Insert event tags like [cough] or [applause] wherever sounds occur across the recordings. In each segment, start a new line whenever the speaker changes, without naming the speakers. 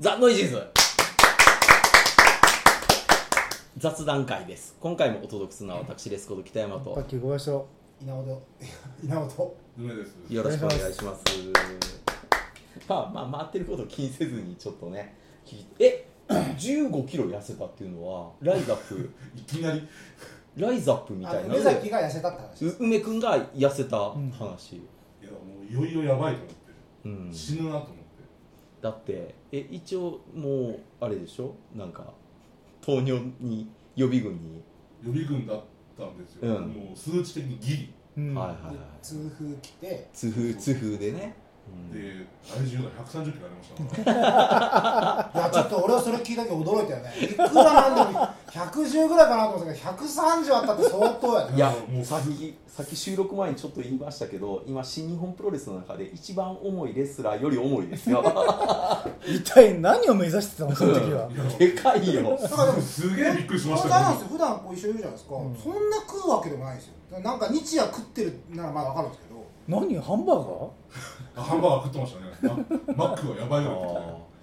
ザ・ノイジーズ雑談会です今回もお届けするのは私レスコード北山
パ
と
ッキー小林と
稲本 [laughs] 稲本
梅です。
よろしくお願いしますまあまあ回ってることを気にせずにちょっとね聞いえ15キロ痩せたっていうのはライザップ
いきなり
ライザップみたい
あ
な
の梅崎が痩せたって話
う梅くんが痩せた話、
いやもういよいよやばいと思って、
うん
死ぬなと思って。
だってえ一応もうあれでしょなんか糖尿に予備軍に、
予備軍だったんですよ。
うん
もう数値的にギリ。
うん
はいはいはい
痛風来て
痛風痛風でね、うん
で体重が130キロありましたから。
いやちょっと俺はそれ聞いた時驚いたよねいくらなんでも110ぐらいかなと思ったけど130あったって相当やね
いや
もう
さっきさっき収録前にちょっと言いましたけど今新日本プロレスの中で一番重いレスラーより重いです [laughs] よ
一体何を目指してたのその時は
でかいよ
だからでも
すげえびっくりしまし
問
た
題なん
よ
ですよ普段こう一緒にいるじゃないですか、
うん
そんな食うわけでもないですよなんか日夜食ってるならまだわかるんですけど
何ハンバー
あハンバーガー食ってましたね。ママックはやばいよっ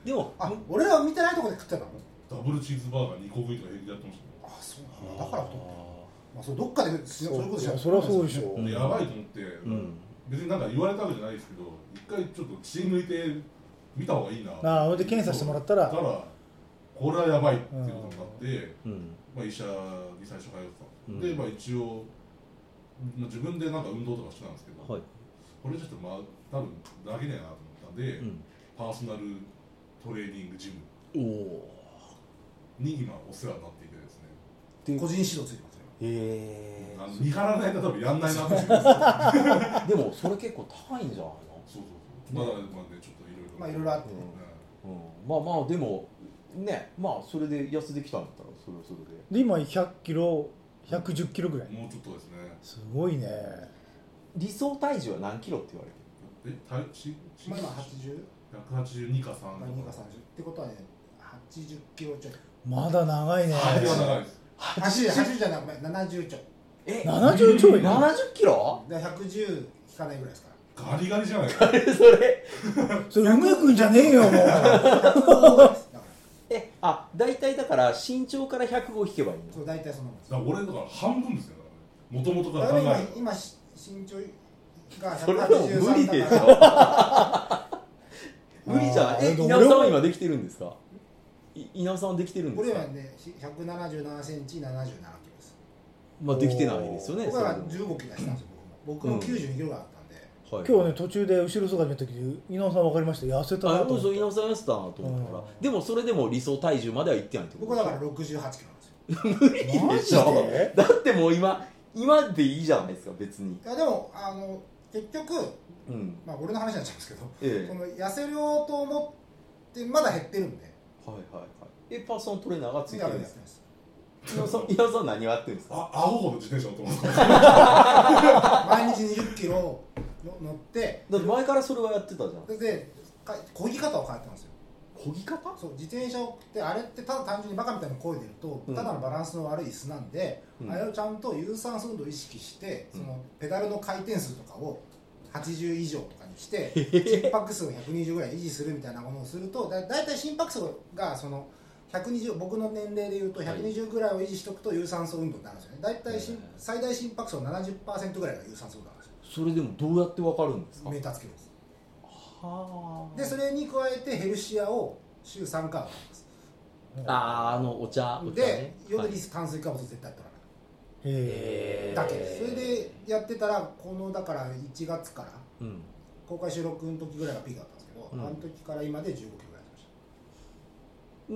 て言っ
でも
あ俺ら見てないところで食ってたの
て。ダブルチーズバーガー2個食いとか平気でやってましたね。
あそうなんだだから太った、まあ、それどっかでしそういうことじゃ
ガーそりゃそうでしょ
うん
やばいと思って、
うん
別になんか言われたわけじゃないですけど、一回ちょっと血抜いて見た方がいいな。
ああそれで検査してもらったら
だからこれはやばいっていうことになって。
うん
まあ、医者に最初通ってたん
う
です、で、
ん
まあ、一応、まあ、自分でなんか運動とかしてたんですけど、
はい
これちょっとまあ多分投げねえなと思ったんで、
うん
パーソナルトレーニングジム
おお
に今お世話になっていてですね、
個人指導ついてますよ
へえ
あの見張らないと多分やんないなっていう [laughs] そうそう
でもそれ結構高いんじゃないの
そうまあだからまあねちょっといろいろ
まあいろいろあって、
うんうんまあまあでもねまあそれで痩せてきたんだったらそれはそれで
で今100キロ110キロぐらい
うんもうちょっとですね
すごいね
理想体重は何キロって言われてる
え体身身
まあ、今
長
80
182か3
まあ2か
と
30っ
か
てことはね80キロちょい
まだ長いね
あれは長いです
80じゃ80じゃないごめん70ちょい
え
70ちょいな
70キロ
だから110引かないぐらいですか
ガリガリじゃないですか
それ
それ梅君じゃねえよもう
ら105ぐら
[laughs]
いですだから
えあ大体だから身長から105引けばいいの
そう大体そのもんです
だから俺だから半分ですよもともとか
だ
ら
か
考
ら
えた
今
ら
今し身長が
それはもう無理で
183
し
だか
ょ
ら
無理じゃないえ
あーでも
稲尾さんは今できてるんですかい稲尾さんはできてるんで
俺
すから
はね177センチ77キロです
まあできてないですよね
僕
それ
は
でも
15キロ出したんですよ僕も
うん
僕も92キロがあったんで
はい
今日ね途中で後ろ姿見た時稲尾さん分かりました痩せたな
あ
と
もうそう稲
思
尾
っ
さんやってたなと思ったから
うん
でもそれでも理想体重まではいってないってこと
僕はだから68キロなんですよ
た
いいでし
マ
ょ
ジで
だってもう今今でいいじゃないですか別に
いやでもあの結局
うん
まあ俺の話になっちゃうんですけど
ええ
この痩せようと思ってまだ減ってるんで
はいはいはいえパーソナルトレーナーがついて
だ
る
から
ん
で
ですす稲
ね
尾さん稲尾さん何をやってるんですか
あ、アホほど自転車乗ってます。
[laughs] 毎日20キロの乗って
だって前からそれはやってたじゃん
それでか漕ぎ方を変えたんですよ
漕ぎ方
そう自転車をってあれってただ単純にバカみたいに漕いでると、
うん
ただのバランスの悪い椅子なんで、
うん
あれをちゃんと有酸素運動を意識して
う
そ
ん
のペダルの回転数とかを80以上とかにして心拍数を120ぐらい維持するみたいなものをするとだだいたい心拍数がその120僕の年齢でいうと
はい
120ぐらいを維持しておくと有酸素運動になるんですよねだいたいしん
うん
最大心拍数の70%ぐらいが有酸素運動なんですよ
それでもどうやってわかるんですか
メーターつけるんです
はあ
でそれに加えてヘルシアを週3回はやります
あーあのお茶お茶
で
ね
夜
はい
に炭水化物絶対取らない
へえ
だけですそれでやってたらこのだから1月から
うん
公開収録の時ぐらいがピークだったんですけど、
うん
あの時から今で1 5キロぐら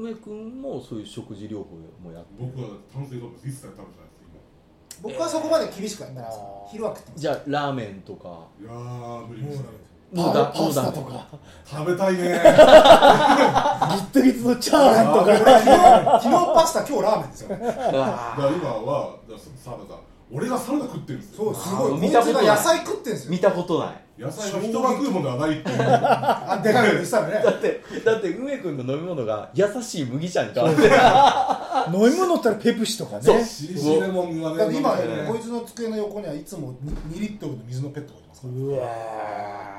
いや
梅
ってまし
君もそういう食事療法もやって
僕は炭水化物一切食べてないです。
た僕はそこまで厳しくはやってないです
あー
昼は食ってます
じゃあラーメンとか
今。いやー、無理ですね。
もうだもうだ
か
食べたいね。
ギットギットのチャーハンとか
昨日昨日パスタ今日ラーメンですよ
だから今は、だからそのサラダ。俺がサラダ食ってるんです
そ
よ
う。すごい
見たことない
こっちが野菜食ってんですよ
見たことない
野菜は人が食うものではないっていう。
[laughs] あでかいの言ってたよね
だってだって梅君の飲み物が優しい麦茶に変わって
飲み物ったらペプシとかね
そう
しりしレモンが
だっ
ね。
て今、
飲んでね
こいつの机の横にはいつも 2, リットルの水のペットが置いてますから
うわ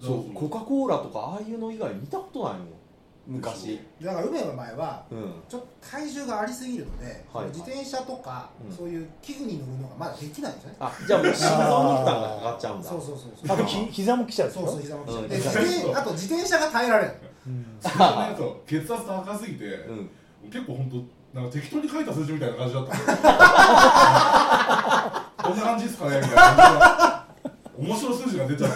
そうコカ・コーラとかああいうの以外見たことないもん昔
だから梅の前は
うん
ちょっと体重がありすぎるので、
はい
自転車とか、
うん
そういう器具に乗るのがまだできないんですよね、
あじゃあもう心臓に負担がかかっちゃうんだ
そうそうそうそ
あ
う
とひ膝も来ちゃうでし
そ
ょ
うそう膝もきちゃう
うん
で自転あと自転車が耐えられない
うん
それがなんか血圧高すぎて、
[laughs]
うん、
結構本当なんか適当に書いた数字みたいな感じだったん [laughs] ですよこんな感じですかねみたいな感じが面白い数字が出ちゃ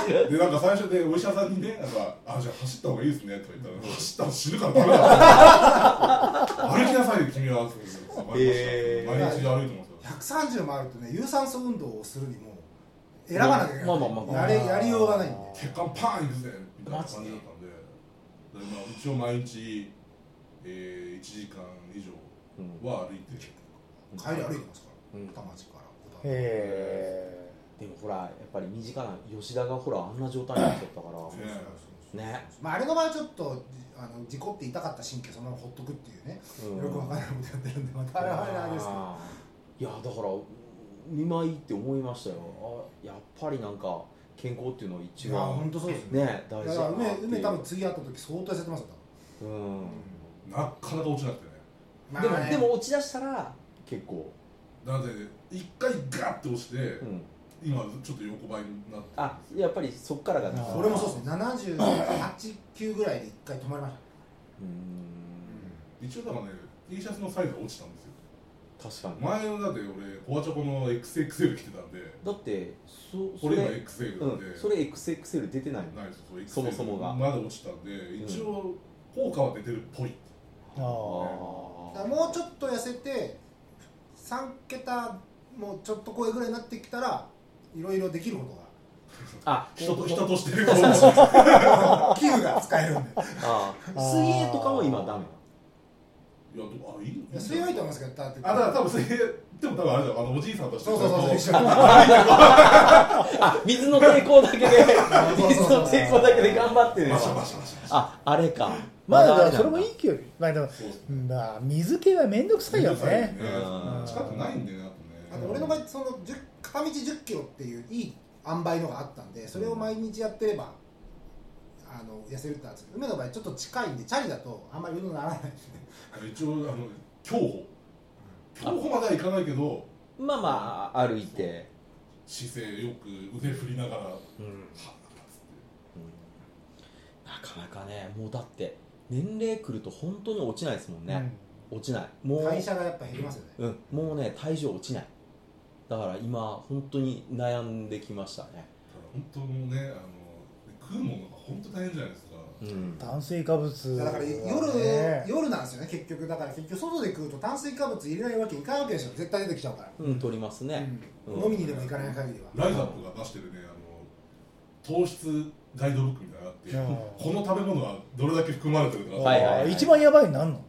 ってでなんか最初でお医者さんにねなんか「あじゃあ走った方がいいですね」とか言ったら「走ったら死ぬからダメだ」歩きなさいよ君は」って言われ
へー
ました毎日歩いてますよ
130もあるとね有酸素運動をするにも選ばなきゃいけない、
まあまあまあまあ
やれやりようがないんで
血管パーンいくぜみたいな感じだったんでで、まあ、一応毎日、えー、1時間以上
うん
は歩いて
帰り歩いてますから、
うん
田町から
へえ
でもほらやっぱり身近な吉田がほらあんな状態になっちゃったか
そう
ら
そうそうそう
ね、
まあ、あれの場合はちょっとあの事故って痛かった神経そのままほっとくっていうね、
うん
よくわからないことやってるんでまたあれはあれなんですけど
あーいやだから見舞いって思いましたよあやっぱりなんか健康っていうのは一
いや
番
本当そうですね
ね大
だ
事
か
だ
ら
なって
梅
いう
梅多分次会った時相当痩せてますよ
うん、
なかなか落ちなくてね
多分
でも、
まあね
でも落ち出したら結構
なので一回ガッて押して、
うん
今ちょっと横ばいになって
あやっぱりそっからが
あー
俺もそうですね78、9ぐらいで一回止まりました、
うーん
一応だからね T シャツのサイズが落ちたんですよ
確かに
前のだって俺コアチョコの XXL 着てたんで
だってそそ
俺
れ
今 XL
う
なんで、
ん、それ XXL 出てない
な
の
いですそう XL
そもそもが
まだ落ちたんで一応効果は出てるっぽい
だからもうちょっと痩せて3桁もうちょっと超えぐらいになってきたらいろいろできるこ
あ
人と人
あ
としてこう
とが器具が使える [laughs] んで
あー水泳とかも今ダメ
いや、どあ、いいの
いやそれはいいと思いますけどだって
あ、だから多分それ、でも多分あれだよ、あの、おじいさんとして
そうそうそうそう
ち
一
ゃ
緒 [laughs]
んと
に
あ水の抵抗だけで水の抵抗だけで頑張ってる
バシャバシャバシャバシャ
ああれか
まあだか
れ
らそれもいいけどまあでも
そうそう
まあ水系は面倒くさいよね
う
うん
ん近くないんだよね、あ
あと
とね
俺の場合その10片道1 0キロっていういい塩梅のがあったんでそれを毎日やってればあの痩せるってなんですけど梅の場合ちょっと近いんでチャリだとあんまり運動ならないですね
あの一応、あの、競歩競歩まではいかないけど
まあまあ歩いて
姿勢よく腕振りながらはっ
うん、うん
つっ
なかなかねもうだって年齢来ると本当に落ちないですもん
う
ね、
ん
落ちないもう
代謝がやっぱ減りますよね
うん、もうね体重落ちないだから今本当に悩んできましたね
てただ本当もうね、あの食うものが本当大変じゃないですか
うん
炭水化物
だから夜、
ね
夜なんですよね結局だから結局外で食うと炭水化物入れないわけいかないわけですよ絶対出てきちゃうから、
うん取りますね、
うん
うん
飲みにでも行かない限りは、
ライザップが出してるね、あの糖質ガイドブックみたいなのがあってこの食べ物はどれだけ含まれてるか
はいはいはい
一番やばいのなんの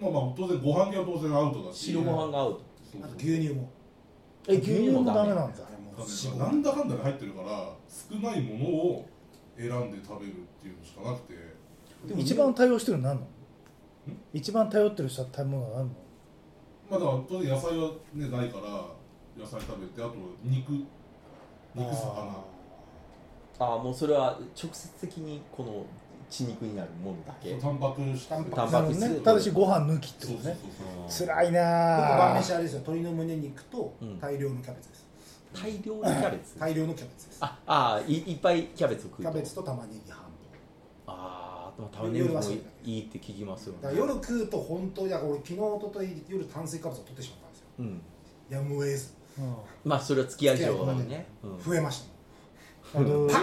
まあまあ当然ご飯系は当然アウトだし
白ご飯が合う
そう
あ
そう
と牛乳も
え牛乳もダメ
あれ
なんだ
も
だから
脂
なん
肪
だかんだで入ってるから少ないものを選んで食べるっていうのしかなくて
でも
一番対応してるのなんの一番頼ってる人は食べ物は何の
まあだから当然野菜はねないから野菜食べてあと肉肉魚
ああもうそれは直接的にこの血肉になるものだけ
そうタンパク質
タン
パ
パ
ク
ク
質
なるほどねただしご飯抜きって
そう
こ
そうそう
とね
そう
辛い
僕晩
な
飯あれですよ鶏の胸肉と
うん
大量のキャベツです、
大量のキャベツ
大量のキャベツです
ああーいいっぱいキャベツを食う
キ
と
ャベツと玉ねぎ半
ああ食べるのもいいいいって聞きますよね
分だから夜食うと本当にだから俺昨日一昨日夜炭水化物を取ってしまったんですよ
うん
やむを得ず
うん
まあそれは付き合い上だよね、うん
増えました
あの
パッ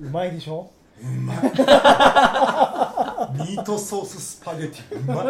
うまいでしょ
うまいミートソーススパゲティうまい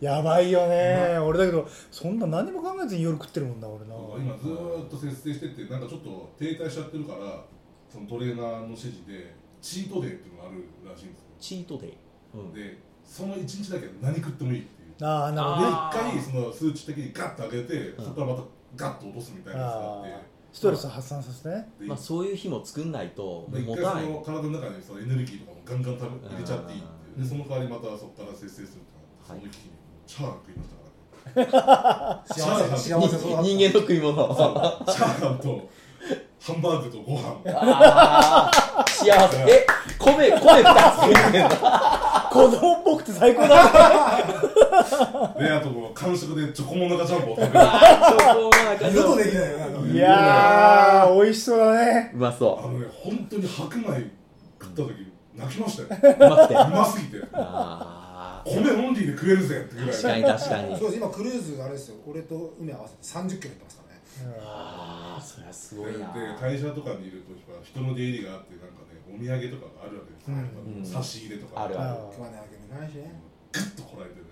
やばいよね俺だけどそんな何も考えずに夜食ってるもんな俺な
そう今ずーっと節制してってなんかちょっと停滞しちゃってるからそのトレーナーの指示でチートデーっていうのがあるらしいんですよ
チートデイ、うん
でその一日だけ何食ってもいいっていう
ああなるほ
で
どね
あ
一
ー
回その数値的にガッと上げて、
ん
そこからまたガッと落とすみたいなやつがあっ
あ
て
ーストレス発散させてね
で
まあ、そういう日も作んないともう
で一
持
回
た
そ
ない
の体の中にそのエネルギーとかもガンガン食べ入れちゃっていいっ
う
ていう
ん
でその代わりまたそこから節制するってなって、その
はい
一気にチャーハン食いましたからね
幸せ幸せそうだった
人間の食い物 [laughs]
チャーハンとハンバーグとご飯
あー幸せえ米、米2つ食ってんだ。
子供っぽくて最高だね
であとこう完食でチョコモナカジャンボを食べる
あーそうなんか
二度とできないよな多分
いやー美味しそうだね
うま
あ
そ
のね本当に白米食った時泣きましたよ
う。うまくて。
う
あ
ますぎて
あー。
米オンリーで食えるぜってぐらい
確かに確かに
そう。です今クルーズあれですよ俺と海合わせて30キロ行ってますからね
ああ、そりゃすご
で
いな。
で会社とかにいるとやっぱ人の出入りがあってなんかねお土産とかがあるわけですよ、
うん
差し入れとか
あるある。
食わないわけにいかないしね
グッとこらえてね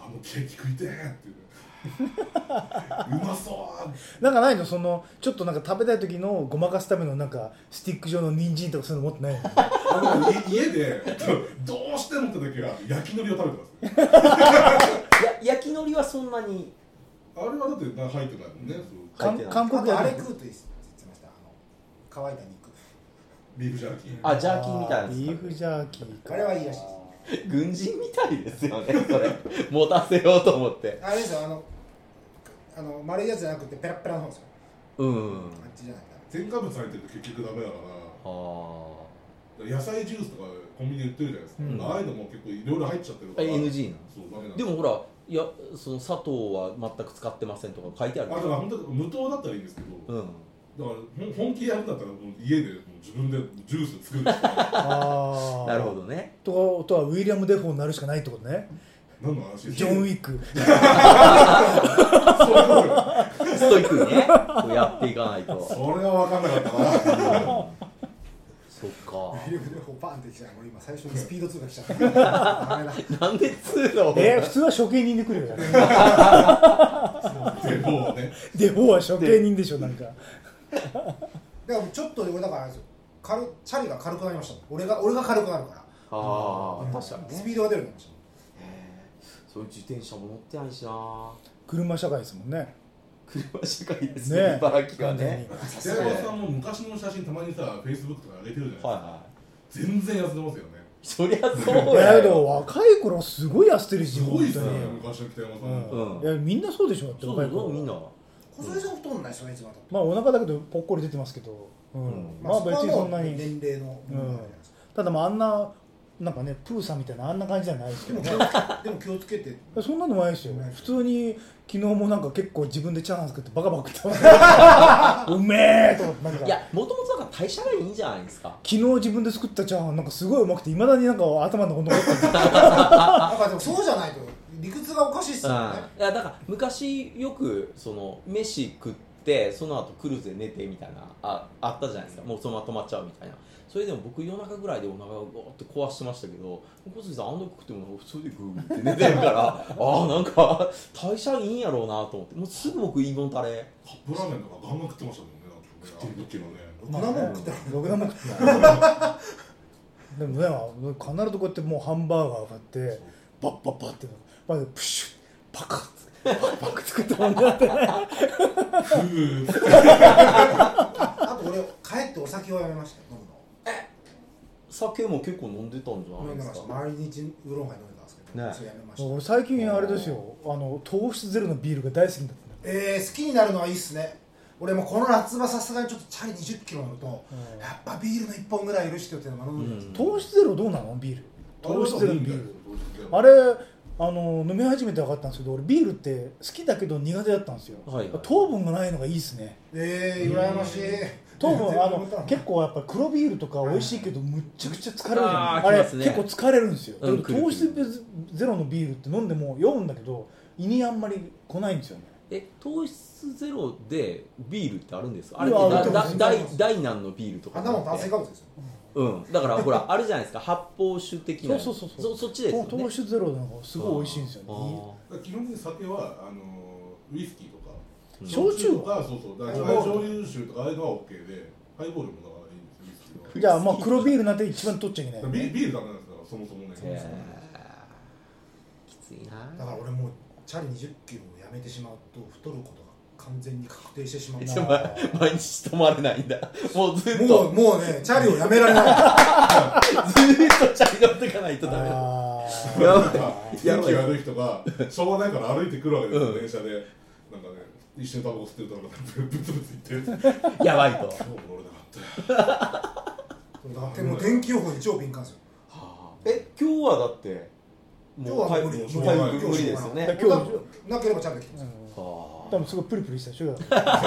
あのケーキ食いてえっていうねうまそう
なんかないのそのちょっとなんか食べたい時のごまかすためのなんかスティック状の人参とかそういうの持ってない
[laughs]
の
あのい家でどうしてもって時は焼き海苔を食べてます
や焼き海苔はそんなに。
あれはだってな入ってないもんねそう
書い
韓
てない
韓
あ
国
とあ
や
れ食うといいっすって言ってましたあの乾いた肉
ビーフジャーキー
あ、ジャーキーみたいなやつ。
ビーフジャーキーか
あれはいいらしいです
軍人みたいですよね、それ。持たせようと思って。
あれですよあのあの丸いやつじゃなくてペラッペラの方ですよ
うん。
あっちじゃないか
添加物入ってると結局ダメだか
あー
ら野菜ジュースとかコンビニで売ってるじゃないですか、
うん
ああいうのも結構いろいろ入っちゃってるか
え
ら
NG な
そうダメなん
のでもほら、いや、その砂糖は全く使ってませんとか書いてある
あだから本当に無糖だったらいいんですけど、
うん。
だからほん本気でやるんだったらもう家でもう自分でジュース作るしかない
あー
なるほどね。
とかあとはウィリアム・デフォーになるしかないってこ
[laughs]
とね
何の話
ジョン・ウ
イ
ィック
ストイックにね、こうやっていかない
[laughs]
と。
それは分かんなかったな
そっか
な。 [laughs] フィルムでこうパンってきたら俺今最初にスピード通過しちゃった
[laughs]
ダメだ
なんで通路を
え普通は処刑人で
[laughs]
来るよね
でもうね
デフォーは処刑人でしょなんか
でもちょっと俺だからあれですよ軽チャリが軽くなりましたもん俺が俺が軽くなるから
ああ、確かに
ス
ね。
ピードが出るようになりましたもん
そういう自転車も乗ってないしな。
車社会ですもんね
車社会です
ね
ね、
え
茨城はね。
北山さんも昔の写真たまにさフェイスブックとか上げてるじゃないですか、
はいはい。
全然痩せてますよね
そりゃそう
い
や
や
よ
けど若い頃すごい痩せてるし
すごいっすね
本
昔の北山さ
当
ん、
に
う
うん
ん
いやみんなそうでしょだって
そう
若
ない
頃
のみんな。
小杉さん太んないですよねいつまでたって
まあお腹だけどぽっこり出てますけど、うん
うん
まあ別にそん
こ
な
はも
に
う年齢の問題じゃないですか
ただまああんななんかねプーさんみたいなあんな感じじゃないです
[laughs]
けどね
でも気をつけて
そんなのもないですよ普通に昨日もなんか結構自分でチャーハン作ってバカバカ食ってました
[laughs]
うめえと思ってなんか
いや、もともとなんか代謝がいいんじゃないですか。
昨日自分で作ったチャーハンなんかすごいうまくていまだになんか頭の中に残ってるんですよ
なんかでもそうじゃないと理屈がおかしいっす
うん、い
よね
やだから昔よくその飯食ってその後クルーズで寝てみたいなああったじゃないですかもうそのまま止まっちゃうみたいなそれでも僕夜中ぐらいでお腹をゴーって壊してましたけど小杉さんあんな食っても普通でグーグーって寝てるからああなんか代謝いいんやろうなと思ってもうすぐ僕インゴンタレ
カップラーメンとかガンガン食ってましたもんねなんかねあの時のね
そんなもん食ったら
ろくなもん食ってないでもね必ずこうやってもうハンバーガー買ってバッバッバッってまずプシュッパカッパクパク作ったもんだってね
ふーって
あと俺帰ってお酒をやめましたよ飲むの
酒も結構飲んでたんじゃない
飲ん
で
ですました
か
毎日ウーロンハイ飲んでたんですけど、
ね
それやめました
俺最近あれですよあの糖質ゼロのビールが大好きになってんだ
えー、好きになるのはいいっすね俺もこの夏場さすがにちょっとチャリ2 0キロ乗ると、
うん
やっぱビールの1本ぐらい許してよっていうのが飲んでるんですよ、
糖質ゼロどうなのビール糖質ゼロのビールあ
れ
れあの飲み始めて分かったんですけど俺ビールって好きだけど苦手だったんですよ、
はいはい
糖分がないのがいいですね
えー、羨ましい
糖
全
分
然
あ
飲めた
の結構やっぱ黒ビールとか美味しいけどむっちゃくちゃ疲れるじゃ
あ
ん
ー
あ
き
れ
ますね
結構疲れるんですよ、
うん
だけど糖質ゼロのビールって飲んでも酔うんだけど胃にあんまり来ないんですよね
え糖質ゼロでビールってあるんですかあれっ
いや
て
あ
だ
る
だ
全然あ
大
ります
大難のビールとかじゃな
花も
くて
炭水化物ですよ
うん、だからほらあれじゃないですか発泡酒的な
そうそうそうそう
そっちですよね
糖質ゼロなんかすごい美味しいんですよね
基本的に酒はあのウイスキーとか
あー
焼酎
とかそうそうだから醤油酒とかああいうのは OK でハイボールもだからいいんですよウイスキーは
うん
じゃあまあ黒ビールなんて一番取っちゃいけない
[laughs]
よ
ビ
ね
ビールダメなんですからそもそもね
へーきつい
だか
な
ら俺もうチャリ2 0キロをやめてしまうと太ることが完全に確定してしまう
ちょま毎日止まれないんだもうずっ
もう
と
もうねチャリをやめられない
ずっとチャリ乗ってかないとダメ
[laughs]
だ
あー
やば
なんか天気悪い人がしょうがないから歩いてくるわけですよ、
うん
電車でなんかね一緒にタバコ吸っ
[laughs]
てるとなんかブツブツ言って
いやばいと
今日も乗れなかったよ
でもう天気予報に超敏感ですよ
はあ、え今日はだってもう
今日は
回
もう
復
無理
回復無理ですよ
だ
ね
から今日
なければちゃんと来て
う
ます、
ん
は
多分すごいプリプリしたでしょだから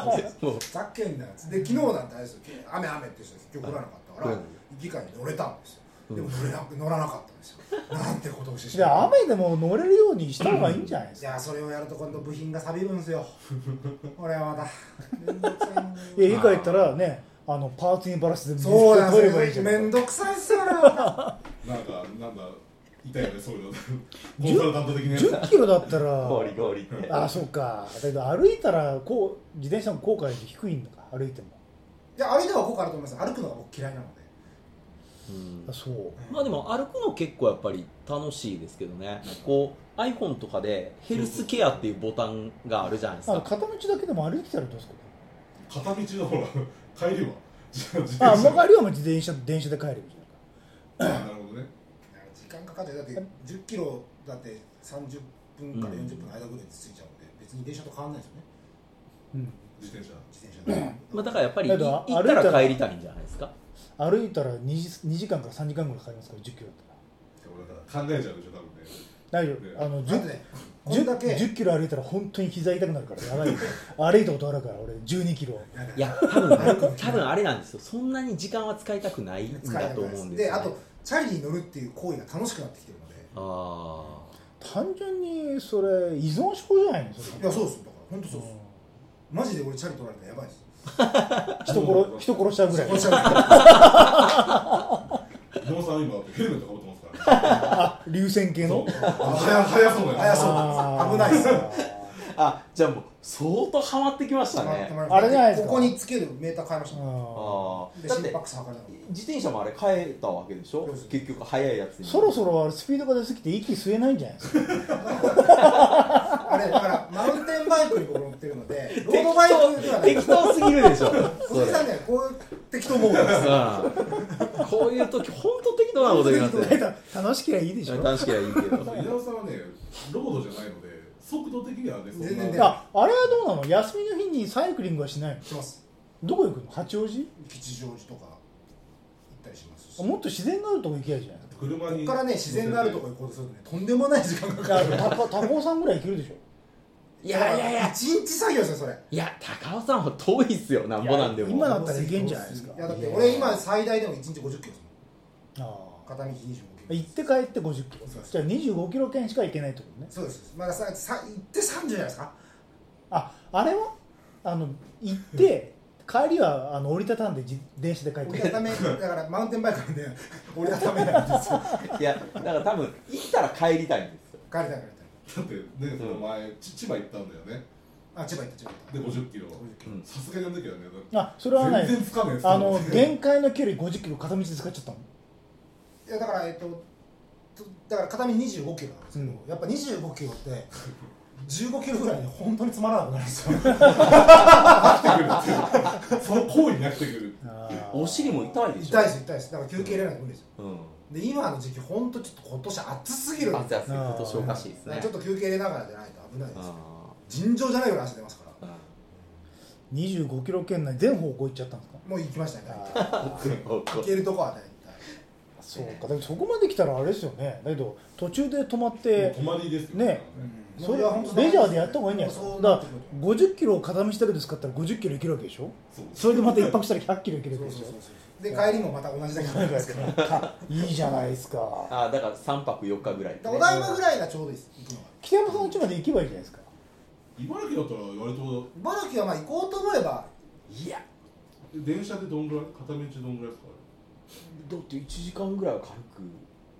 あもう
ざっけんなやつで昨日なんてあれですよ雨雨って人です今日降らなかったから、
うん
議会に乗れたんです
うん
よでも乗れなく乗らなかったんですよなんてことをしてし
じゃあ雨でも乗れるようにした方がいいんじゃないで
い
すか
やそれをやると今度部品が錆びるんですよこれはまだめんどくさいんだよ
いや家帰ったらねあのパーツにバラして
そうなん
取ればい
です
いじゃ
よ
ない
めんどくさいっすよねま
なん
た
かなんか痛いよねそういうのコンサルタント的なやつ
10キロだ
[laughs]
ったら
氷氷って
あそうかだけど歩いたらこう自転車の効果より低いんだか歩いても
いや歩いては効果あると思います歩くのが僕嫌いなので
うん
あそう
まあでも歩くの結構やっぱり楽しいですけどねこう iPhone とかでヘルスケアっていうボタンがあるじゃないです
あの
か
片道だけでも歩いてたらどうですか
片道のほら帰りはじゃあ自転車
あもう帰りはもう自転車電車で帰るじ
あなるほどね
時間かかっちゃうだって10キロだって30分から40分の間ぐらいで着いちゃうので別に電車と変わんないですよね
ゃん
自転車
自転車で
まあだからやっぱりい
だけど
行った
歩いた
ら
ら
帰りたいんじゃないですか
か歩いたら 2, 2時間から3時間ぐらいかかりますから10キロだったら
でもだから考えちゃうでしょ多分ね
大丈
ね
夫あの
だって
10
ねこんだけ
10 10キロ歩いたら本当に膝痛くなるからやばい
[laughs]
よ歩いたことあるから俺12キロ
いや多分多分あれなんですよそんなに時間は使いたくないん
使え
だ
な
と
く
思
な
うんで
いです
よ、ね、
であとチャリに乗るっていう行為が楽しくなってきてるのでい
あ
単純にそれ依存症じゃないのそれ
やそうですよだから本当そうですマジで俺チャリ取られたらやばいです
人殺人殺しちゃうぐらい
こっちは
伊野尾さん今ヘルメットかぶってますからね
あ流線系
そ
の
う早早そうだよ
早そう
あー
危ないです
ーあじゃあもう相当ハマってきましたね
あれじゃないですか
ここにつけるメーター変えまし
あ
たね
ー
ああ
で
だっ
心
て
拍数測れなかっ
自転車もあれ変えたわけでしょ
そうです
結局速いやつに
そろそろあれスピードが出すぎて息吸えないんじゃないですか
たあれだからマウンテンバイクに僕乗ってるのでロードバイクではない
適当すぎるでしょ
小杉さんねこう適当思うんですよ
うんこういう時本当適当なこと言いますね
[laughs] 楽しきゃいいでしょ
楽しきゃいいけど
稲田さんはねロードじゃないので速度的にはねそんな
全然ね
ああれはどうなの休みの日にサイクリングはしないの
します
どこ行くの八王子
吉祥寺とか行ったりしますし
もっと自然があるとこ行きゃいいじゃないです
車
こ
に
こからね自然があるとこ行こうとするとねとんでもない時間がかか
かだ [laughs] からタタコさんぐらい行けるでしょ
る
いやいやいや
一日作業ですよそれ
いや高尾さんは遠いっすよなんぼなんでも
今だったらいけんじゃないですか
いやだって俺今最大でも一日50キロです
あ
もん片道25
あ
キロ
行って帰って50キロ
そうです
じゃあ25キロ圏しか行けないってことね
そうですまだささ行って30じゃないですか
ああれはあの行って帰りはあの折りたたんで自電車で帰って
折り
く
た
る
ためだからマウンテンバイクなんで折りたためないんですよ
いやだから多分行ったら帰りたいんですよ
帰りたい帰り
だってねその前ち千葉行ったんだよね
たいあ千葉行った千葉行った
で50キロ
50キ
う
ロ
ん
さすがにあの時はね
あそれはない
全然つかねえ
あの
全
限界の距離50キロ片道で使っちゃったの
いやだからえっととだから片道25キロなんですけど、
う
やっぱ25キロって15キロぐらいで本当につまらなくなるんですよ
然飽きてくるその行為に飽きてくる
お尻も痛いでしょ
痛いです痛いですだから休憩入れないと無理ですよ
うん
で今の時期本当ちょっと今年暑すぎるんです
暑い暑い
よ
今年おかしいですね
ちょっと休憩入れながらじゃないと危ないですよ
あ
尋常じゃないぐらい汗出ますから
ー
25キロ圏内全方向行っちゃったんですか
もう行きましたね大体
あ
[laughs]
ー
行けるとこは大体
そうかでもそこまで来たらあれですよねだけど途中で止まって
泊まりですよ
ねそれ
は本当
レジャーでやった方がいいんじゃないです
そう
か
な
だ
っ
か
て
ら
くると
50キロを片道だけで使ったら50キロいけるわけでしょ
そう
それでまた一泊したら100キロいける
そ
わ
う
け
そ
で
う
し
そう
ょ
そうで帰りもまた同じだけなんですけどだか
いいじゃないですか
あーだから3泊4日ぐらい
らお台場ぐらいがちょうどいいです行くのは
北山さんの家まで行けばいいじゃないですか
茨城だったら割と
茨城はまあ行こうと思えば
いや
電車でどんぐらい片道どんぐらいですか
だって1時間ぐらいは軽く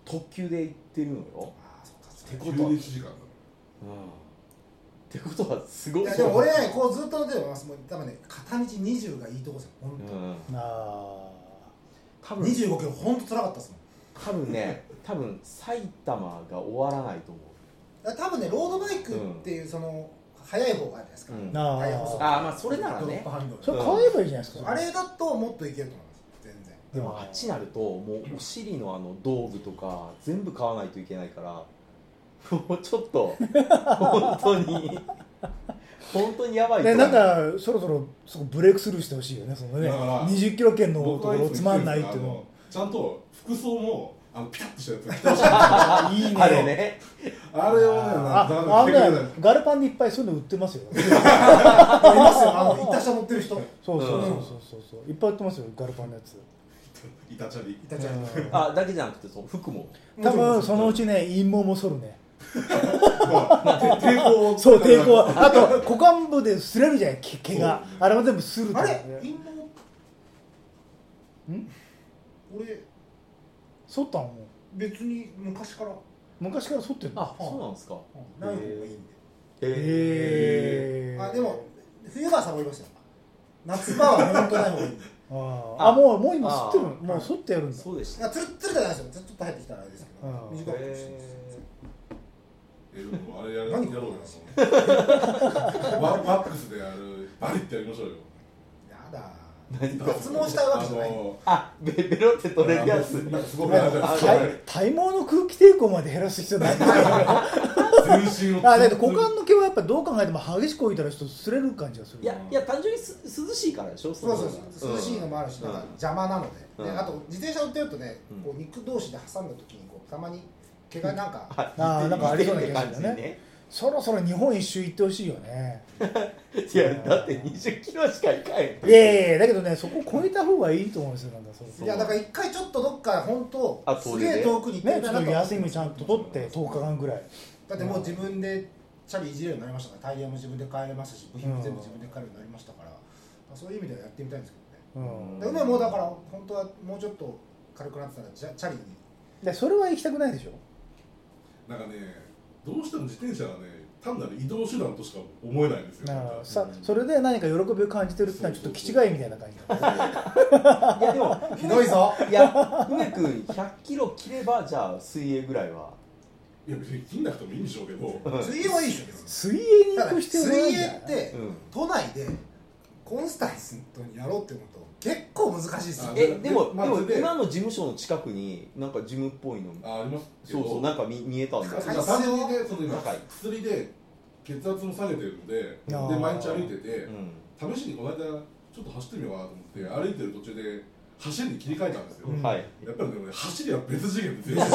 特急で行ってるのよ
あそっか
ってこ
急
とは、うん、っ
1時間
てことはすご
い
い
やでも俺ねこうずっと乗ってますもう多分ね片道20がいいとこですよ本当
うん
あ
多分
25キロ本当辛かったですもん
多分ね多分埼玉が終わらないと思う
だから多分ねロードバイクっていうその速い方があるじゃないですか
うん
あ
タイヤ細くて
あーまあそれならね
ドロップハンドル
それ買えばいいじゃないですか
あれだともっといけると思います全然
でもあっちになるともうお尻のあの道具とか全部買わないといけないからもうちょっと本当に本当にやばいと
ね、なんかそろそろそこブレイクスルーしてほしいよねそのね
だから
20キロ圏のと
僕
こ
はい
ろ
つも言ってるんです
つまんないってい
あ
うの
のちゃんと服装もあのピタッとしたやつ着てほしいあ
[laughs]
いいね
あれね
れをねなかな
あ
か
あ
着てく
ん
れ
な
ない
んガルパンでいっぱいそういうの売ってますよ
ありますよあの一たしゃ乗ってる人
そうそうそう
うん
そうそう、いっぱい売ってますよガルパンのやつ
イタチャリ
いたちゃん
うん
あだけじゃなくてその服も
多分そのうちね陰謀も剃るね
まあて抵抗を
そう抵抗あと股間部で擦れるじゃん毛毛があれも全部すると
あ
か
れ
ね
陰謀
ん
俺
剃ったのもう
別に昔から
昔から剃ってんの
あそうなんですか
ない方がいいんで
へえ
へえ
あでも冬場はサボりましたよ夏場は本当ない方がいいんで
あーあもうもう今剃ってる
あー
もう剃ってやるんだ
そうでし
い
た
やつるっつるじゃないですよちょっと入ってきたらあれですけど
うん
短いかもしれないです
えでもあれやるやろ
何
う
こ
よ
の話
ワワックスでやるバリってやりましょうよ
やだ脱毛したいわけじゃない
あの
あベベロって取れるやつ
なんかすごくやるやつ
体体毛の空気抵抗まで減らす必要ないんですよ
全身を
あだって股間の毛はやっぱどう考えても激しく置いたらちょっと擦れる感じがする
いやいや単純にす涼しいからでしょ
そうそう
の
そう涼しいのもある
うん
し、なんか邪魔なので,、
うん
であと自転車乗ってるとね、
うん
こう肉同士で挟んだ時にこうたまに毛がなんか、
あ
あーなんかありそうな気がするね
ね
そろそろ日本一周行ってほしいよね
いやだって20キロしかいかへん
いやいやいやだけどねそこ超えた方がいいと思うんですよなんかそろそ
い、
ろ
やだから一回ちょっとどっか本当
あ
す
遠出で
げえ遠くに行って
ね
み
ちょ
たいな
っと
と
休みちゃんと取って10日間ぐらい
だってもう自分でチャリいじれるようになりましたからタイヤも自分で変えれますし部品も全部自分で買えるようになりましたから、そういう意味ではやってみたいんですけど
うん
ねで梅もだから本当はもうちょっと軽くなってたらチャチャリに
でそれは行きたくないでしょ
なんかねどうしても自転車はね単なる移動手段としか思えないんですよ
だからさ
うん
それで何か喜びを感じてるってのはちょっと気違いみたいな感じだね
いやでも
ひどいぞ
いや梅君100キロ切ればじゃあ水泳ぐらいはい
や別に切んなくてもいいんでしょうけど
水泳はいいでしょ別に
水泳に行
た
く
だ
必要ない
水
んじ
泳
ゃない
って、
うん
都内でコンスタンスにやろうって思うと結構難しいですよ
あ
ね
えでもで
まあ
も
それで
今の事務所の近くになんかジムっぽいの
あありますけ
そ
ど
うそうなんか見見えたんだ
だ
よ
から単純にねその今
高い
薬で血圧も下げてるので
あ
で
ー
毎日歩いてて
うん
試しにこの間ちょっと走ってみようかなと思って歩いてる途中で走りに切り替えたんですよ、
うん
はい
やっぱりでもね走りは別次元で全然違う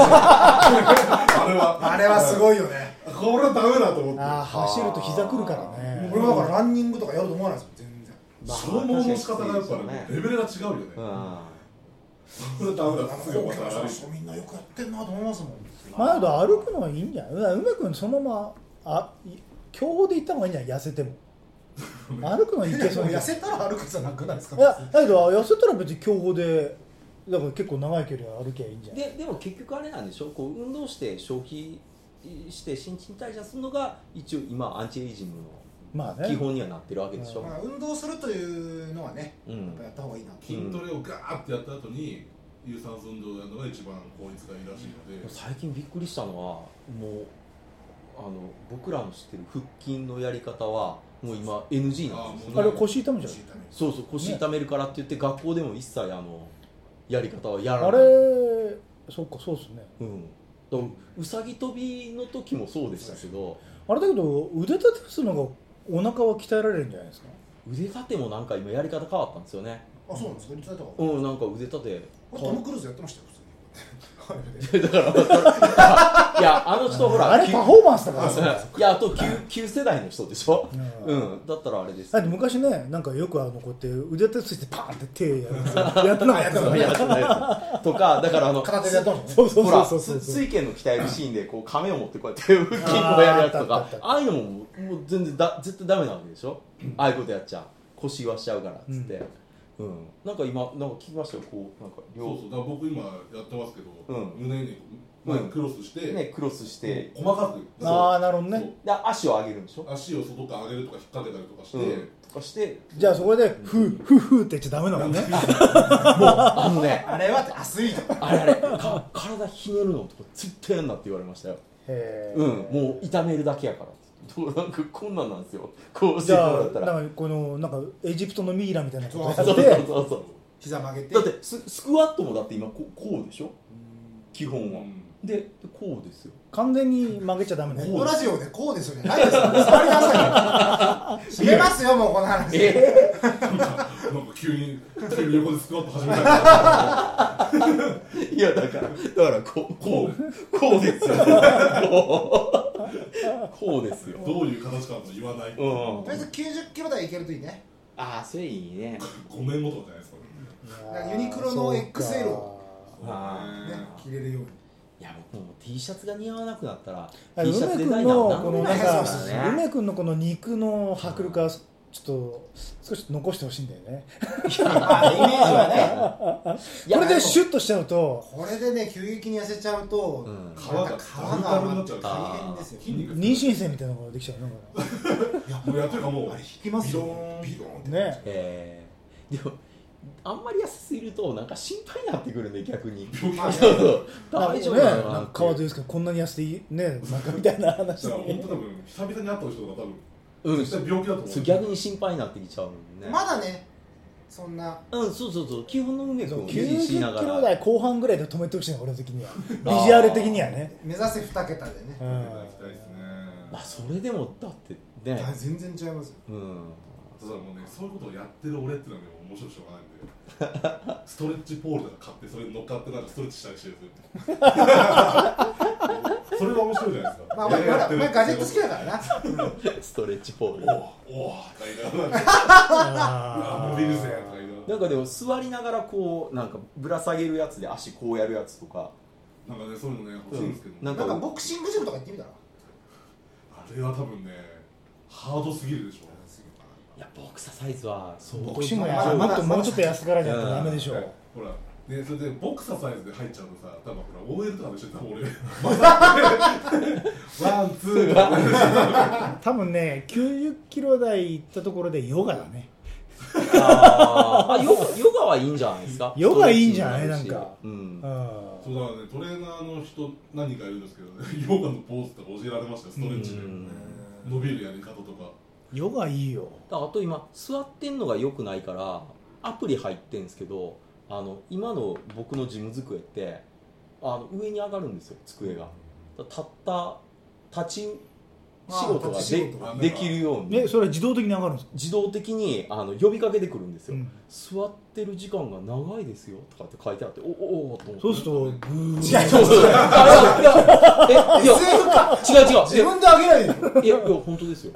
あれは
あれはす
い
ごいよね
これはダメだと思って
ああ走ると膝くるからね
俺もだからランニングとかやると思わないですよ全然
消耗の仕方がやっぱねレベルが違うよね、
うんあ
これダメだすぐ
高
ま
級な
た歩い
人の
て
人みんなよくやってんなと思いますもん
まあ、だ歩くのはいいんじゃない梅君そのままあい競歩で行った方がいいんじゃない痩せ
[laughs]
ても歩くのいけそう
痩
痩せ
せたら歩くじゃなくないですか
いやだけど痩せたら別に競歩でだから結構長い距離歩きゃいいんじゃない
ででも結局あれなんでしょこう運動して消費して新陳代謝するのが一応今アンチエイジング
まあ
の
ね
基本にはなってるわけでしょ
まあ、運動するというのはね
う
やっ
ん
ぱやった方がいいなって
筋トレをガーってやった後に有酸素運動をやるのが一番効率がいいらしいので、
最近びっくりしたのはもうあの僕らの知ってる腹筋のやり方はもう今 NG なんですよ
あもう
あれ腰痛むじゃん
そうそう腰痛めるからって言って学校でも一切あのやり方はやら
あ
な
れ
い
そっかそうですね
うん、だからうさぎ跳びの時もそうでしたけど
あれだけど腕立てするのがお腹は鍛えられるんじゃないですか
腕立てもなんか今やり方変わったんですよね
あそうなんですかリツイートとか
うんなんか腕立て [laughs]
トム・クルーズやってましたよ普通に
だからいやあの人ほら
あれ
旧
パフォーマンスだから
うんいやあと旧旧世代の人でしょ
う
うんんだったらあれです
だって昔ねなんかよくあのこうやって腕立てついてパーンって手やるんですよやってなかったですよね
やつのやつとかだからあの
片手でやったもんね
そうそう
ほら
そうそうそう
水拳の鍛えるシーンでこう亀を持ってこうやって腹筋をやるやつと
あー
か
あったあったあった
ああいうのももう全然だ絶対ダメなわけでしょああいうことやっちゃう腰言わしちゃうからっつって、うんなんか今なんか聞きましたよこうなんか
そうそう
両
だから僕今やってますけど、
うん
胸に前にクロスして、
ねクロスして、
細かく
ああなるほどね
そう
で足を上げるんでしょ、
足を外から上げるとか引っ掛けたりとかして、
うん、とかして
じゃあそこでフーフーフーって言っちゃダメなのね
あのね
あれはアスリート
あれあれか体ひねるのとか絶対やんなって言われましたよ、
へー
うんもう痛めるだけやからどうなんかこんなんなんですよこうして
じ
も
ゃあ
らったら
なんかこのなんかエジプトのミイラみたいなことや
そう
っ
そう
て
そうそう
膝曲げて
だってススクワットもだって今こうこうでしょ
うん
き基本は、ででこうですよ
完全に曲げちゃダメ
ネ
ね
ットラジオでこうですよじゃないですよ。座りなさいよ。締めますよ、もうこの話。
なんかなんか急に急に横でスクワット始めたから
いやだからだからこうこうこう [laughs] ですよこうこうですよ、うん、
どういう形かも言わない
とりあえず90キロ台いけるといいね。
ああそれいいね
5年後とかじゃないですか
ユニクロの XL を
を
あ
ね、着れるように。
いや僕もう T シャツが似合わなくなったら T
梅
シャツデ
君
ザイナー
の
なん
こ
で
の
もなん
な
い
ね
か
ですからね
梅君のこの肉の迫力はちょっと少し残してほしいんだよね
まあイメージはね。
いや
これでシュッとしちゃうと
これでね、急激に痩せちゃうと、
うん
皮
皮
が
が
皮がになっちゃう
大変ですよ。
筋肉
妊娠生みたいなのができちゃうのか
いや
もうやってるかもう
あれ引きますよ
ビローンビローンって
なね
えー、でもあんまり痩せすぎるとなんか心配になってくるんで逆に
病気
まあ
そうそう大
ね
丈夫なのかな
なんか川でですけどこんなに痩せていいねなんかみたいな話
だから本
で
当多分久々に会った人が多分
うん
絶対病気だと思う
そう逆に心配になってきちゃうもんね
まだね、そんな。
うんそうそうそう基本の梅君を維持
90
し
キ
なが
ロ
ら
台後半ぐらいで止めてほしいの俺的
[laughs]
にはビジュアル的にはね
目指せ2桁でね
う。
いた
ん
だきたいですね
まあそれでもだってね
あ全然違いますよ。
うん [laughs]
ただもうねそういうことをやってる俺ってのはねもう面白くしょうがないんでストレッチポールとか買ってそれに乗っかってなんかストレッチしたりしてるんですよそれが面白いじゃないですか
まあ、お前、
や
お前ガジェット好きだか
[laughs]
らな。
ストレッチポール
おおおとか言いながらあ
あ
伸びるぜとか言いなが
なんかでも座りながらこうなんかぶら下げるやつで足こうやるやつとから
なんかねそういうのね欲しいんですけど、
うんなん
なんかボクシングジムとか行ってみたら。
あれは多分ねハードすぎるでしょ
いやボクササイズはそう
ボクシングやもっともうちょっと痩せからじゃダメでしょう
ほらね、それでボクササイズで入っちゃうとさ、多分ほら OL とかで一緒に多分俺、ワンツーとかね
多分ね90キロ台行ったところでヨガだね
あーあヨガヨガはいいんじゃないですか
ヨガいいんじゃな
ス
い
トレッチにるし
なんか
うん
そうだからね、トレーナーの人何人かいるんですけどね、ヨガのポーズとか教えられましたよ、ストレッチで
うん
伸びるやり方とか
ヨガいいよ
だからあと今座ってんのが良くないからアプリ入ってんですけどあの今の僕の事務机ってあの上に上がるんですよ机がだからたった立ち仕事が
あ立ち仕事
が
でできるように
ねそれは自動的に上がるんですか
自動的にあの呼びかけてくるんですよ、
うん
座ってる時間が長いですよとかって書いてあっておおおと思って
そ
[laughs]
うするとグー
違う
そうそうそうあいやいやえいや
SF か
違う違う
自分で上げないで
いやいや本当ですよ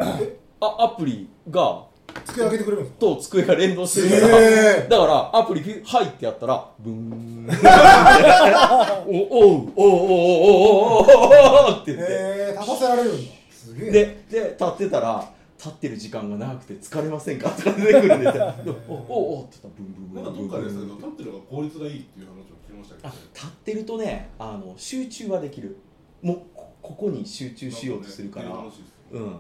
あアプリが
机上げてくれるん
[laughs]
です
と机が連動してるから、
え
だからアプリ「はい」ってやったらブーンおおうおうおうおうおうおうおうおうって言
え
って
ええ立たせられるんだすげ
で
え
で立ってたら立ってる時間が長くて疲れませんかとか出てくるんですよでおおうおうって言ったらブンブ
なんか
ンブ
どっ
ンブ
か
ン
で
ブ
す
ン
ね、立ってる方が効率がいいっていう話を聞きましたけど
あ
ね
立ってるとねあの集中はできるもうこここに集中しようとするから、
なんねっていう話ですよ
うん、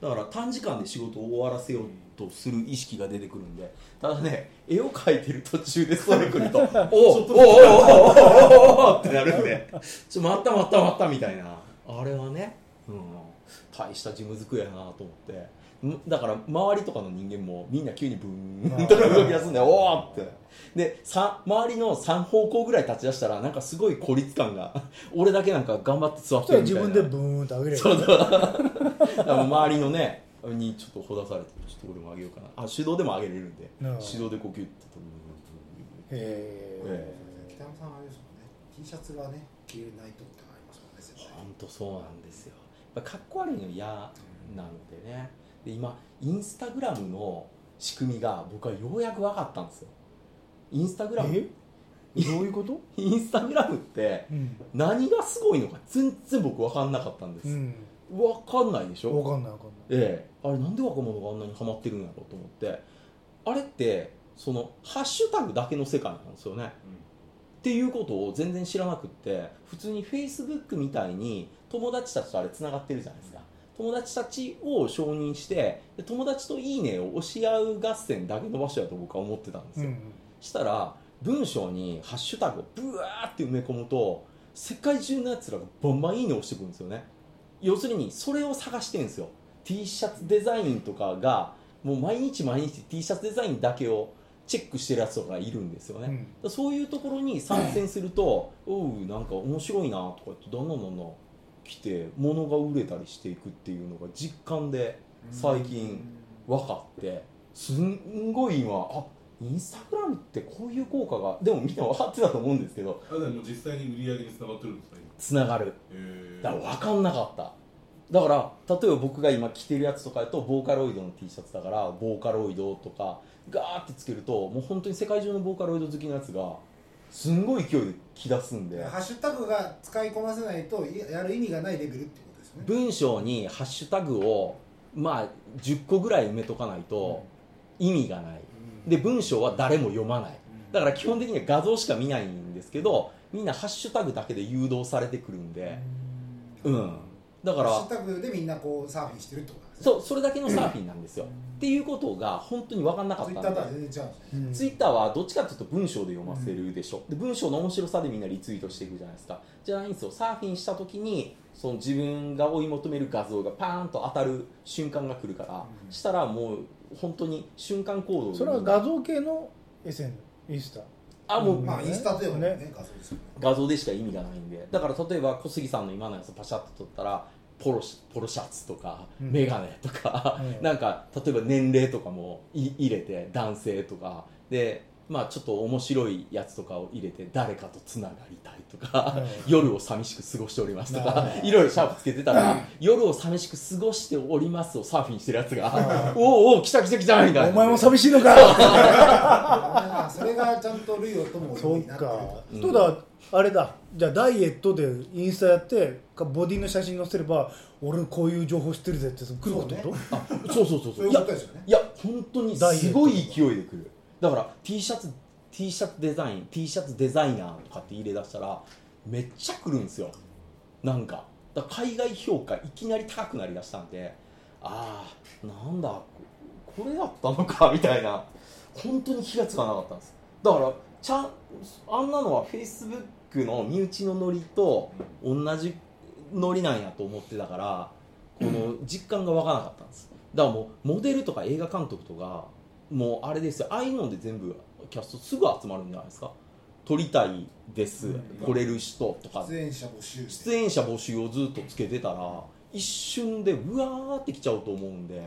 だから短時間で仕事を終わらせようとする意識が出てくるんでただね絵を描いてる途中でそれくるとおうおうおうおうおうおうおうってなるんでちょ待った待った待ったみたいなあれはね、うん、大した事務机やなと思ってんだから周りとかの人間もみんな急にブーンと動き出すんでおおってでさ周りの3方向ぐらい立ち出したらなんかすごい孤立感が俺だけなんか頑張って座っ
そしてたら
るみ
自
たいな
分でブーンと上げれば
そ
いう
そうだから周りのねにちょっとほだされてちょっと俺も上げようかなあ手動でも上げれるんで
なるほど
手動で呼吸って
へえ
北山さんあれですもんね T シャツがね着れないとってのありますもんね絶対
本当そうなんですよやっぱかっこ悪いの嫌なのでねで今インスタグラムの仕組みが僕はようやく分かったんですよインスタグラム
えどういうこと
[laughs] インスタグラムって
うん、
何がすごいのか全然僕分かんなかったんです、
うん、
分かんないでしょ
分かんない分かんない
ええ、あれなんで若者があんなにハマってるんやろうと思ってあれってそのハッシュタグだけの世界なんですよね、っていうことを全然知らなくって普通にフェイスブックみたいに友達たちとあれつながってるじゃないですか友達たちを承認してで友達と「いいね」を押し合う合戦だけの場所やと僕は思ってたんです
う
よ、
ん
したら文章にハッシュタグをブワーって埋め込むと世界中のやつらがバンバンいいねを押してくるんですよね要するにそれを探してるんですよ T シャツデザインとかがもう毎日毎日 T シャツデザインだけをチェックしてるやつとかいるんですよね、
う
だか
ん
らそういうところに参戦すると、おうなんか面白いなとか言ってどんどんどんどん来て物が売れたりしていくっていうのが実感で最近分かってすんごい今あインスタグラムってこういう効果がでもみんな分かってたと思うんですけど
あでも実際に売り上げにつながってるんですか
つながる
今へ
だから分かんなかっただから例えば僕が今着てるやつとかやとボーカロイドの T シャツだからボーカロイドとかガーってつけるともう本当に世界中のボーカロイド好きなやつがすんごい勢いで着出すんで
ハッシュタグが使いこなせないとやる意味がないレベルってことですよね
文章にハッシュタグをまあ10個ぐらい埋めとかないと意味がないで文章は誰も読まないだから基本的には画像しか見ないんですけどみんなハッシュタグだけで誘導されてくるんでうんだか
ハ
ら
ッシュタグでみんなこうサーフィンしてるってことなんですね
そうそれだけのサーフィンなんですよ。っていうことが本当に分かんなかっ
ツイ
た
ッター
ん
とは
で。
全然違うんですね
うん
ツイッターはどっちかというと文章で読ませるでしょ、で文章の面白さでみんなリツイートしていくじゃないですかじゃないんですよサーフィンした時にその自分が追い求める画像がパーンと当たる瞬間が来るから、
うん
したらもう本当に瞬間行動で
それは画像系の SN インスタ
あもう、
まあインスタでもね
ね
画像ですよね
画像でしか意味がないんでだから例えば小杉さんの今のやつパシャッと撮ったらポロシポロシャツとか、
うん
メガネとか、
うん
なんか例えば年齢とかもい入れて男性とかでまあちょっと面白いやつとかを入れて誰かとつながりたいとか、
う
夜を寂しく過ごしておりますとか
なるほど
いろいろシャープつけてたら夜を寂しく過ごしておりますをサーフィンしてるやつがおうおう来た来た来たみたいな
お前も寂しいのか
あそれがちゃんと類をとも
そ
思
う
いになってる
か
と、
うん
[laughs] そうだあれだじゃあダイエットでインスタやってかボディの写真載せれば俺こういう情報知ってるぜってその来ることってこと、
あそうそうそう
そ
そうう
いう
い
こ
や
とですよね
いや本当にすごい勢いでくるだから T シャツ T シャツデザイン T シャツデザイナーとかって入れ出したらめっちゃくるんですよなんかだから海外評価いきなり高くなりだしたんでああなんだここれだったのかみたいな本当に気がつかなかったんですだからちゃんあんなのは Facebook の身内のノリと同じノリなんやと思ってたからこの実感がわからなかったんですだからもうモデルとか映画監督とかもうあれですよああいうので全部キャストすぐ集まるんじゃないですか撮りたいです、来れる人とか
出演者募集して
出演者募集をずっとつけてたら一瞬でうわーってきちゃうと思うんで、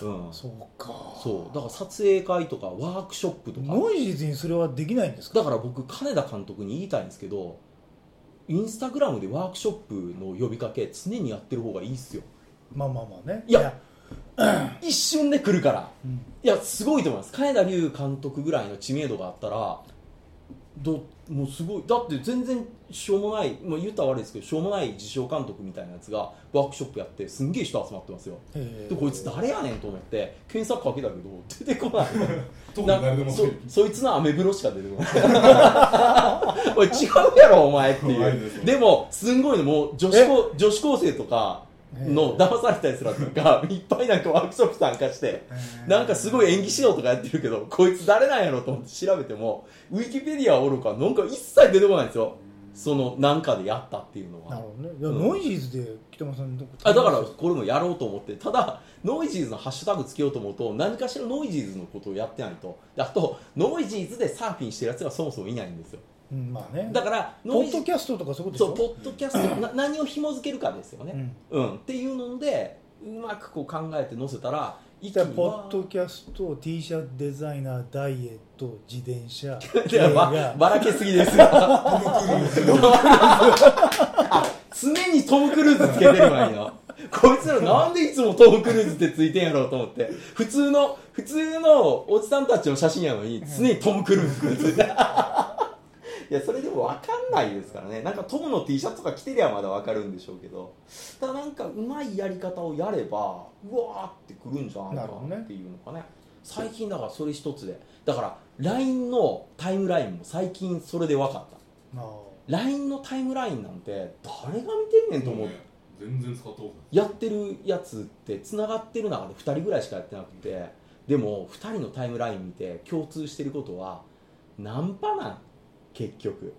うん、
そうか
そうだから撮影会とかワークショップとか
ノイジーにそれはできないんですか
だから僕金田監督に言いたいんですけどインスタグラムでワークショップの呼びかけ常にやってる方がいいっすよ
まあまあまあね
いや一瞬で来るから
うん
いやすごいと思います金田龍監督ぐらいの知名度があったらどもうすごいだって全然しょうもない、まあ、言ったら悪いですけどしょうもない自称監督みたいなやつがワークショップやってすんげえ人集まってますよ
へ
で
ー
こいつ誰やねんと思って検索かけたけど出てこない
特に
な
誰でも
そそいつのアメブロしか出てこない [laughs] おい違うやろお前って
怖い
い
です
う
ね
でもすんごいのもう女子高女子高生とかの騙されたやつらと
[laughs]
かいっぱいなんかワークショップ参加してなんかすごい演技指導とかやってるけどこいつ誰なんやろと思って調べてもウィキペディアはおるかなんか一切出てこないんですよそのなんかでやったっていうの
な
は
るほどねいや、
うん
ノイジーズで北村さんのとこ
あだからこれもやろうと思ってただノイジーズのハッシュタグつけようと思うと何かしらノイジーズのことをやってないとであとノイジーズでサーフィンしてるやつがそもそもいないんですよ
うんまあね
だから
ポ
ノイ
ッ
ジ
ド
ー
キャストとかそういうこ
そう
とでしょ
ポッドキャストな何を紐付けるかですよ
う
ね、
ん
うんっていうのでうまくこう考えて載せたら一気
じゃあ
に
ポ
わ
ッドキャスト T シャツデザイナーダイエット自転車
[laughs] いやばばらけすぎですよあ常にトム・クルーズつけてるわよこいつらなんでいつもトム・クルーズってついてんやろうと思って普通の普通のおじさんたちの写真やのに常にトム・クルーズってついてるいやそれでも分かんないですからねなんかトムの T シャツとか着てりゃまだ分かるんでしょうけどただなんかうまいやり方をやればうわーってくるんじゃないかなっていうのかね最近だからそれ一つでだから LINE のタイムラインも最近それで分かった
まあ
LINE のタイムラインなんて誰が見てんねんと思う、
ね全然使ったことない
やってるやつってつながってる中で2人ぐらいしかやってなくてでも2人のタイムライン見て共通してることはナンパなん結局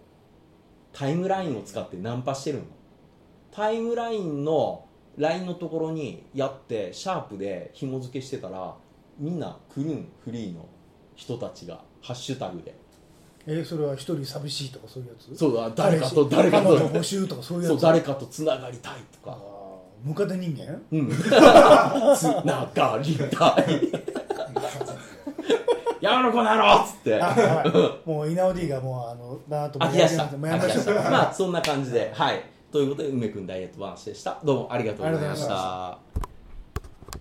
タイムラインを使ってナンパしてるのタイムラインの LINE のところにやってシャープで紐付けしてたらみんな来るんフリーの人たちがハッシュタグで
えーそれは一人寂しいとかそういうやつ
そうだ誰かと誰
彼氏
か
彼女
と
募集とかそういうやつ
そう誰かとつながりたいと
あ
か
ームカデ
[laughs]
人間
うんつながりたいやめろこの野郎っつって
あはいもう稲尾 D がもうあのバーッと
飽
盛
き
り
出
上
し
げ
た
なくてもうやめましょう
飽き出したまあそんな感じではいということで梅くんダイエット話でしたどうもありがとうございまし
ありがとうございました